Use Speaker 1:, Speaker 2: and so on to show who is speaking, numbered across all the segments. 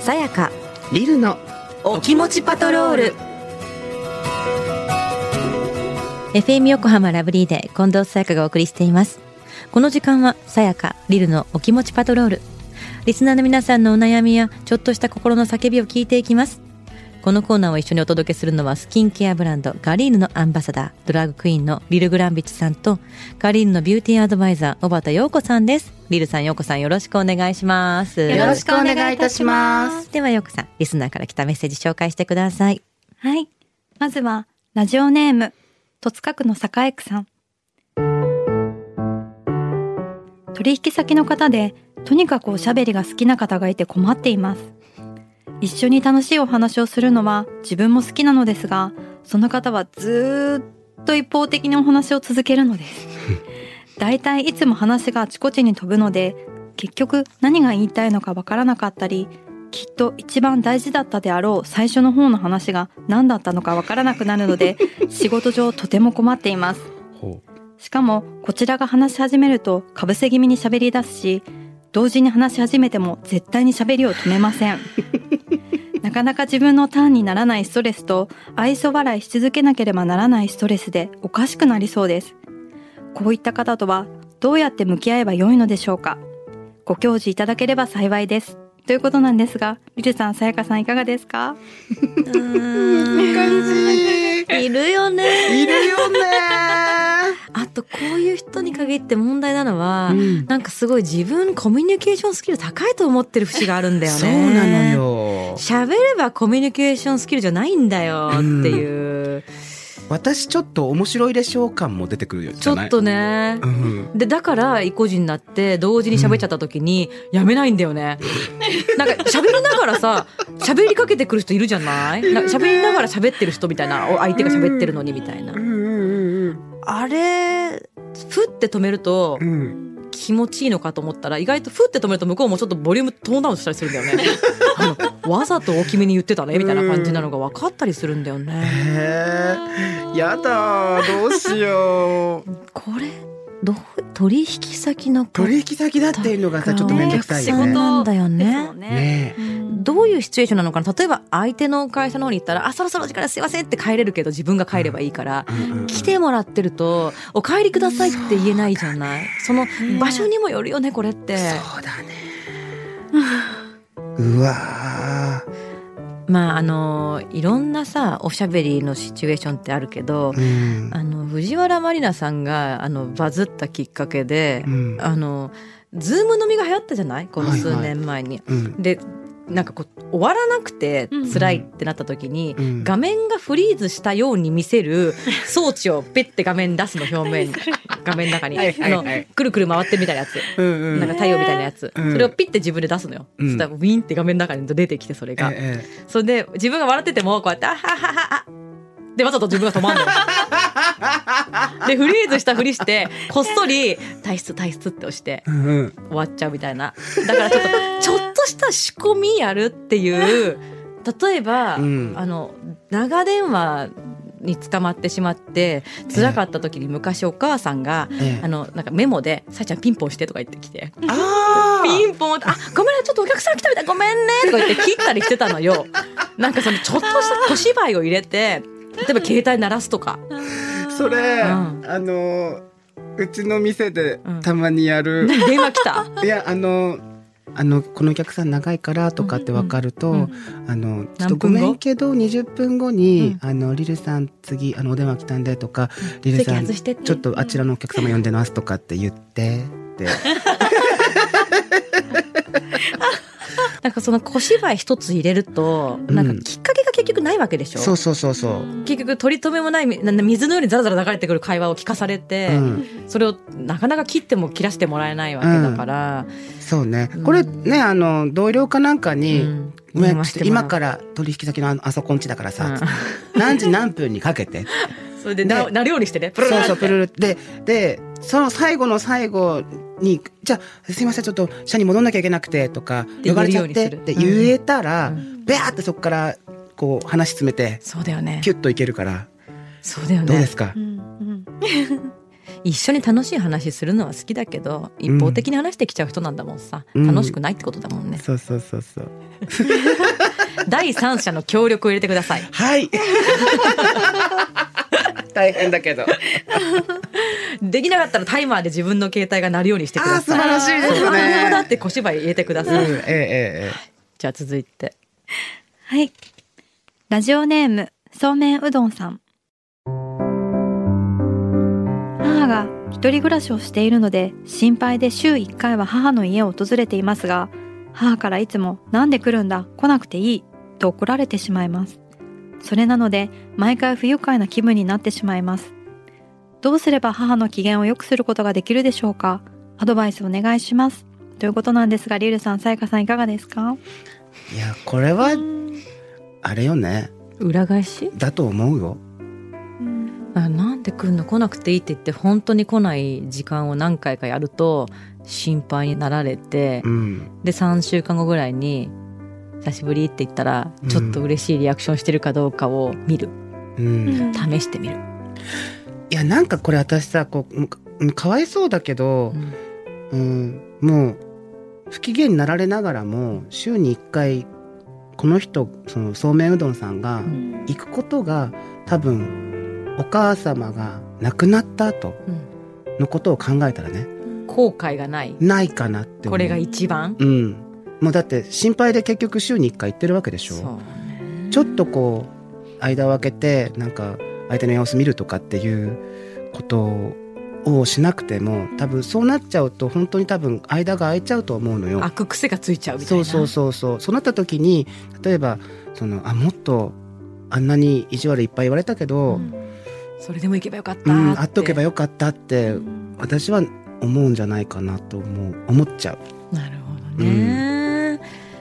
Speaker 1: さやか
Speaker 2: リルの
Speaker 1: お気持ちパトロール FM 横浜ラブリーで近藤さやかがお送りしていますこの時間はさやかリルのお気持ちパトロールリスナーの皆さんのお悩みやちょっとした心の叫びを聞いていきますこのコーナーを一緒にお届けするのはスキンケアブランドガリーヌのアンバサダードラッグクイーンのリル・グランビッチさんとガリーヌのビューティーアドバイザー小畑陽子さんですリルさん陽子さんよろしくお願いします
Speaker 2: よろしくお願いいたします
Speaker 1: では陽子さんリスナーから来たメッセージ紹介してください
Speaker 3: はい。まずは、ラジオネーム、戸塚区の栄区さん。取引先の方で、とにかくおしゃべりが好きな方がいて困っています。一緒に楽しいお話をするのは自分も好きなのですが、その方はずーっと一方的にお話を続ける のです。だいたいいつも話があちこちに飛ぶので、結局何が言いたいのかわからなかったり、きっと一番大事だったであろう最初の方の話が何だったのかわからなくなるので仕事上とても困っています
Speaker 2: ほ
Speaker 3: しかもこちらが話し始めるとかぶせ気味に喋り出すし同時に話し始めても絶対に喋りを止め ませんなかなか自分のターンにならないストレスと愛想笑いし続けなければならないストレスでおかしくなりそうですこういった方とはどうやって向き合えばよいのでしょうかご教示いただければ幸いですということなんですがリルさんさやかさんいかがですか
Speaker 2: い
Speaker 1: いるよね
Speaker 2: るよ ね
Speaker 1: あとこういう人に限って問題なのは、
Speaker 2: うん
Speaker 1: なんかすごい自分コミュニケーションスキル高いと思ってる節があるんだよね。
Speaker 2: そうなの。よ
Speaker 1: 喋ればコミュニケーションスキルじゃないんだよっていう。
Speaker 2: 私ちょっと面白いでしょう感も出てくるよ
Speaker 1: ちょっとね
Speaker 2: う。ん
Speaker 1: で、だから、意固人になって、同時に喋っちゃった時に、やめないんだよね。なんか、喋りながらさ、喋りかけてくる人いるじゃないな喋りながら喋ってる人みたいな、お相手が喋ってるのにみたいな
Speaker 2: う。んうん
Speaker 1: あれ、ふって止めると
Speaker 2: うんう、ん
Speaker 1: 気持ちいいのかと思ったら意外とふって止めると向こうもちょっとボリュームトーンダウンしたりするんだよ ねあのわざと大きめに言ってたねみたいな感じなのが分かったりするんだよね
Speaker 2: へえやだどうし よう
Speaker 1: これどう取引先の
Speaker 2: 取引先だっていうのがさちょっとめんどくさいよ
Speaker 1: そう
Speaker 2: ね
Speaker 1: なんだよね
Speaker 3: ですもんね
Speaker 2: ね
Speaker 3: うん
Speaker 1: どういうシチュエーションなのかな例えば相手の会社の方に行ったら「あそろそろお時間ですいません」って帰れるけど自分が帰ればいいから
Speaker 2: え、うんうんうん
Speaker 1: 来てもらってると「お帰りください」って言えないじゃないその場所にもよるよねこれって
Speaker 2: そうだねうわー
Speaker 1: まああのいろんなさおしゃべりのシチュエーションってあるけど
Speaker 2: うん
Speaker 1: あの藤原まりなさんがあのバズったきっかけで、
Speaker 2: うん
Speaker 1: あのズーム飲みが流行ったじゃないこの数年前に。
Speaker 2: うん
Speaker 1: でなんかこう終わらなくて
Speaker 3: うん
Speaker 1: 辛いってなった時に、
Speaker 2: うん
Speaker 1: 画面がフリーズしたように見せ る装置をペッて画面出すの表面に画面の中に
Speaker 2: はい
Speaker 1: あ
Speaker 2: はい
Speaker 1: の
Speaker 2: はい
Speaker 1: くるくる回ってるみたいなやつ。
Speaker 2: うんうん
Speaker 1: なんか太陽みたいなやつ、
Speaker 2: うん
Speaker 1: それをピッて自分で出すのよ、
Speaker 2: うん
Speaker 1: そしたらウィンって画面の中に出てきてそれが、
Speaker 2: え
Speaker 1: それで自分が笑っててもこうやって「あはははは」でわざと自分が止 まんのよでフリーズしたふりしてこっそり「体質体質」って押して
Speaker 2: えうんうん
Speaker 1: 終わっちゃうみたいなだからちょっとちょっと した仕込みやるっていう例えば、
Speaker 2: うん
Speaker 1: あの長電話に捕まってしまって辛かった時に昔お母さんが、
Speaker 2: ええ
Speaker 1: あのなんかメモで「さえちゃんピンポンして」とか言ってきて
Speaker 2: あ
Speaker 1: ピンポンってあごめんねちょっとお客さん来たみたいごめんねとか言って切ったりしてたの よなんかそのちょっとした小芝居を入れて例えば携帯鳴らすとか
Speaker 2: それ、
Speaker 1: うん
Speaker 2: あのうちの店で
Speaker 1: うん
Speaker 2: たまにやる、
Speaker 1: 何電話来 た
Speaker 2: いやあのあのこのお客さん長いからとかって分かると、
Speaker 1: うんうん
Speaker 2: あのちょっと
Speaker 1: 何分後
Speaker 2: ごめんけど20分後に、あのリルさん次あのお電話来たんでとか、リル
Speaker 1: 席
Speaker 2: さ
Speaker 1: 外
Speaker 2: んち
Speaker 1: してって
Speaker 2: ょっとあちらのお客様呼んでますとかって言ってって、
Speaker 1: なんかその小芝居一つ入れるとなんかきっかけが結局ないわけでしょ、
Speaker 2: そうそうそうそう、
Speaker 1: 結局取り留めもないみな水のようにザラザラ流れてくる会話を聞かされて、
Speaker 2: うん、
Speaker 1: それをなかなか切っても切らしてもらえないわけだから、
Speaker 2: そうね、
Speaker 1: うん
Speaker 2: これねあの同僚かなんか
Speaker 1: う
Speaker 2: に、
Speaker 1: ん
Speaker 2: ごめんちょっと今
Speaker 1: ら
Speaker 2: から取引先のあのあそこんちだからさ、つって何時何分にかけて
Speaker 1: それでな
Speaker 2: ね
Speaker 1: なるようにしてねプルルルって
Speaker 2: そうそう、プルルって。で、で、その最後の最後に、じゃあ、すいません、ちょっと、社に戻んなきゃいけなくて、とか、
Speaker 1: て
Speaker 2: 呼ばれちゃっ
Speaker 1: 言えるよ
Speaker 2: て
Speaker 1: う
Speaker 2: っ
Speaker 1: にする
Speaker 2: て言えたら
Speaker 1: うんう、
Speaker 2: べーってそこから、こう、話詰めて、
Speaker 1: そうだよね
Speaker 2: ピュッといけるから、
Speaker 1: そうだよ
Speaker 2: どうで
Speaker 1: ね
Speaker 2: すか
Speaker 3: うんうん
Speaker 1: 一緒に楽しい話するのは好きだけど一方的に話してきちゃう人なんだもんさ、
Speaker 2: うん
Speaker 1: 楽しくないってことだも んね、
Speaker 2: そうそうそうそう。
Speaker 1: 第三者の協力を入れてください
Speaker 2: はい。 大変だけど。
Speaker 1: できなかったらタイマーで自分の携帯が鳴るようにしてください
Speaker 2: あー素晴らしいですね
Speaker 1: そうあーだって小芝居入れてくだ
Speaker 2: うん、
Speaker 1: さい、
Speaker 2: えええええ
Speaker 1: じゃあ続いて
Speaker 3: はい。ラジオネーム、そうめんうどんさん。母が一人暮らしをしているので、心配で週1回は母の家を訪れていますが、母からいつも、なんで来るんだ、来なくていい、と怒られてしまいます。それなので、毎回不愉快な気分になってしまいます。どうすれば母の機嫌を良くすることができるでしょうかアドバイスお願いします。ということなんですが、リルさん、さやかさんいかがですか
Speaker 2: えいや、これは、あれよね。
Speaker 1: 裏返し
Speaker 2: だと思うよ。
Speaker 1: あなんで来んの来なくていいって言って本当に来ない時間を何回かやると心配になられて、
Speaker 2: うん。
Speaker 1: で3週間後ぐらいに「久しぶり」って言ったら
Speaker 2: うん
Speaker 1: ちょっと嬉しいリアクションしてるかどうかを見る、
Speaker 2: うん。
Speaker 1: 試してみる、
Speaker 2: いや、なんかこれ私さ、こう、うんかわいそうだけど、うん、もう、不機嫌になられながらも、週に1回、この人、その、そうめんうどんさんが
Speaker 1: う、
Speaker 2: 行くことが、多分、お母様が亡くなった後
Speaker 1: うん
Speaker 2: のことを考えたらね、
Speaker 1: 後悔がない
Speaker 2: ないかなって思う。
Speaker 1: これが一番
Speaker 2: うん。もうだって心配で結局週に1回行ってるわけでし
Speaker 1: そう
Speaker 2: ょ。
Speaker 1: ね
Speaker 2: ちょっとこう、間を空けて、なんか相手の様子見るとかっていうことをしなくても、多分そうなっちゃうと本当に多分間が空いちゃうと思うのよ。
Speaker 1: 開く癖がついちゃうみたい
Speaker 2: そ
Speaker 1: な
Speaker 2: うそうそうそう。そうなった時に、例えば、その、あ、もっとあんなに意地悪いっぱい言われたけど、うん、
Speaker 1: それでも行けばよかった
Speaker 2: あっとけば
Speaker 1: よ
Speaker 2: よかったって、私は思うんじゃないかなと思う、思っちゃう。
Speaker 1: なるほどね、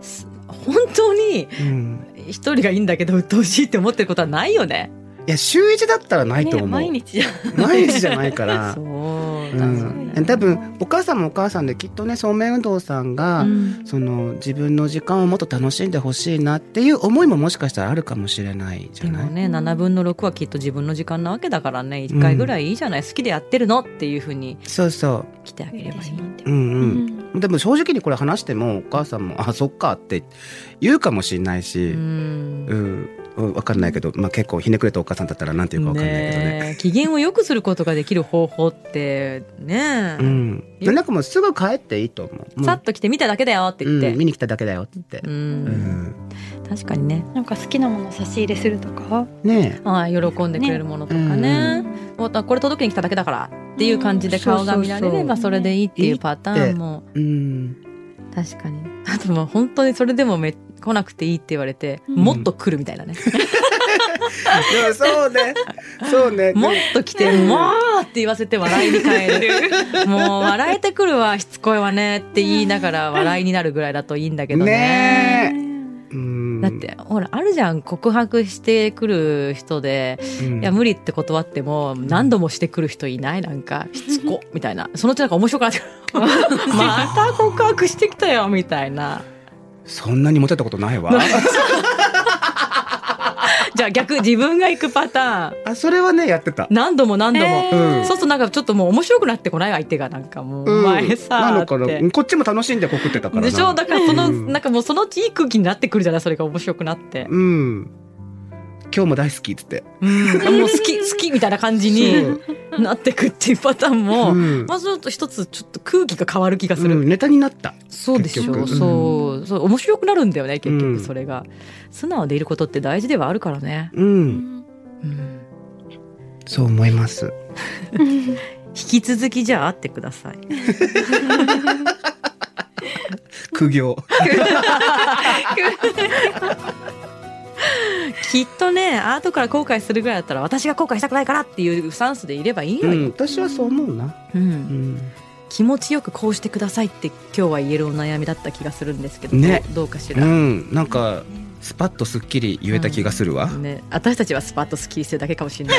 Speaker 1: す本当に
Speaker 2: うん。
Speaker 1: 一人がいいんだけど鬱陶しいって思ってることはないよね
Speaker 2: いや、週1だったらないと思う。
Speaker 3: 日じゃ
Speaker 2: 毎日じゃないか ら
Speaker 1: そ。う
Speaker 2: う
Speaker 1: だね
Speaker 2: ん、多分お母さんもお母さんできっとねそうめんうどんさんが、
Speaker 1: うん
Speaker 2: その自分の時間をもっと楽しんでほしいなっていう思いももしかしたらあるかもしれないじ
Speaker 1: で
Speaker 2: ゃな
Speaker 1: も
Speaker 2: い、
Speaker 1: ね7分の6はきっと自分の時間なわけだからね1回ぐらいいいじゃない、好きでやってるのっていうふうに
Speaker 2: そうそ
Speaker 1: 来てあげればいい。
Speaker 2: うう
Speaker 3: うんん
Speaker 2: うんでも正直にこれ話してもお母さんも「あそっか」って言うかもしれないうし、
Speaker 1: ん
Speaker 2: うんうんわかんないけど、まあ、結構ひねくれたお母さんだったらなんていうかわかんないけどね。
Speaker 1: ねえ機嫌を良くすることができる方法ってね
Speaker 2: う、ん、でなんかもうすぐ帰っていいと思う。もう
Speaker 1: さっと来て見ただけだよって言って、
Speaker 2: うん、見に来ただけだよって言って
Speaker 1: う。
Speaker 2: うんん
Speaker 1: 確かにね
Speaker 3: なんか好きなものを差し入れするとか。
Speaker 2: ねえ
Speaker 1: ああ喜んでくれるものとかねおあこれ届けに来ただけだからっていう感じで顔が見られれば
Speaker 3: うん
Speaker 1: それでいいっていうパターンも
Speaker 2: うん、
Speaker 1: 確かにあともう本当にそれでもめ来なくていいって言われて、
Speaker 3: うん
Speaker 1: もっと来るみたいな ね
Speaker 2: でもそう ねそうね
Speaker 1: もっと来て「もう!」って言わせて 笑いに変えるもう笑えてくるわしつこいわねって言いながら笑いになるぐらいだといいんだけどね
Speaker 2: ねえ
Speaker 1: だっ、てほらあるじゃん告白してくる人で「いや無理」って断っても何度もしてくる人いないなんかしつこみたいなそのうちなんか面白くなってくる また告白してきたよみたいな
Speaker 2: そんなにモテたことないわ。
Speaker 1: じゃあ逆自分が行くパターン
Speaker 2: あ、それはね、やってた。
Speaker 1: 何度も何度も。
Speaker 3: え
Speaker 2: ー
Speaker 1: そうするとなんかちょっともう面白くなってこない相手がなんかもう、
Speaker 2: う ん
Speaker 1: お前さ
Speaker 2: な
Speaker 1: ー
Speaker 2: の
Speaker 1: って
Speaker 2: かな。こっちも楽しんで告ってたからな。
Speaker 1: でしょだからその、
Speaker 2: うん
Speaker 1: なんかもうそのうちいい空気になってくるじゃないそれが面白くなって、
Speaker 2: うん。今日も大好きっつって。
Speaker 1: うんもう好き好きみたいな感じになってくっていうパターン
Speaker 2: そう
Speaker 1: も、
Speaker 2: うん
Speaker 1: まあちょっと一つちょっと空気が変わる気がする、
Speaker 2: うんネタになった。
Speaker 1: そうでしょ
Speaker 2: 結
Speaker 1: う
Speaker 2: 局
Speaker 1: そうそう面白くなるんだよね結
Speaker 2: う
Speaker 1: 局
Speaker 2: ん
Speaker 1: それが、素直でいることって大事ではあるからね、
Speaker 2: うん。そう思います。
Speaker 1: 引き続きじゃあ会ってください
Speaker 2: 苦行。
Speaker 1: きっとね後から後悔するぐらいだったら私が後悔したくないからっていうスタンスでいればいいの
Speaker 2: うん。
Speaker 1: よ、
Speaker 2: 私はそう思うな。
Speaker 1: うん
Speaker 2: うん。
Speaker 1: 気持ちよくこうしてくださいって今日は言えるお悩みだった気がするんですけど、
Speaker 2: ね
Speaker 1: どうかし
Speaker 2: う
Speaker 1: ら、
Speaker 2: ん。なんか、スパッとすっきり言えた気がするわ。
Speaker 1: ね、私たちはスパッとスッキリしてるだけかもしれない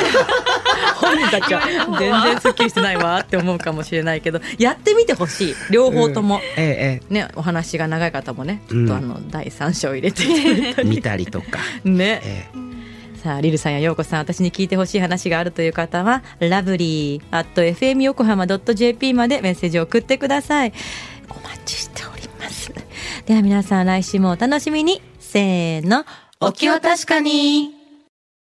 Speaker 1: 本人たちは全然スッキリしてないわって思うかもしれないけどやってみてほしい両方とも、
Speaker 2: ええ、
Speaker 1: ね、お話が長い方もねち
Speaker 2: う
Speaker 1: ょ
Speaker 2: ん
Speaker 1: っとあの、第三者を入れていただいた
Speaker 2: ええ。見
Speaker 1: り
Speaker 2: たりとか。
Speaker 1: ね
Speaker 2: ええ。
Speaker 1: さあ、リルさんやヨーコさん、私に聞いてほしい話があるという方は、ラブリー at fm 横浜 .jp までメッセージを送ってください。お待ちしております。では皆さん来週もお楽しみに。せーの。
Speaker 3: お気を確かに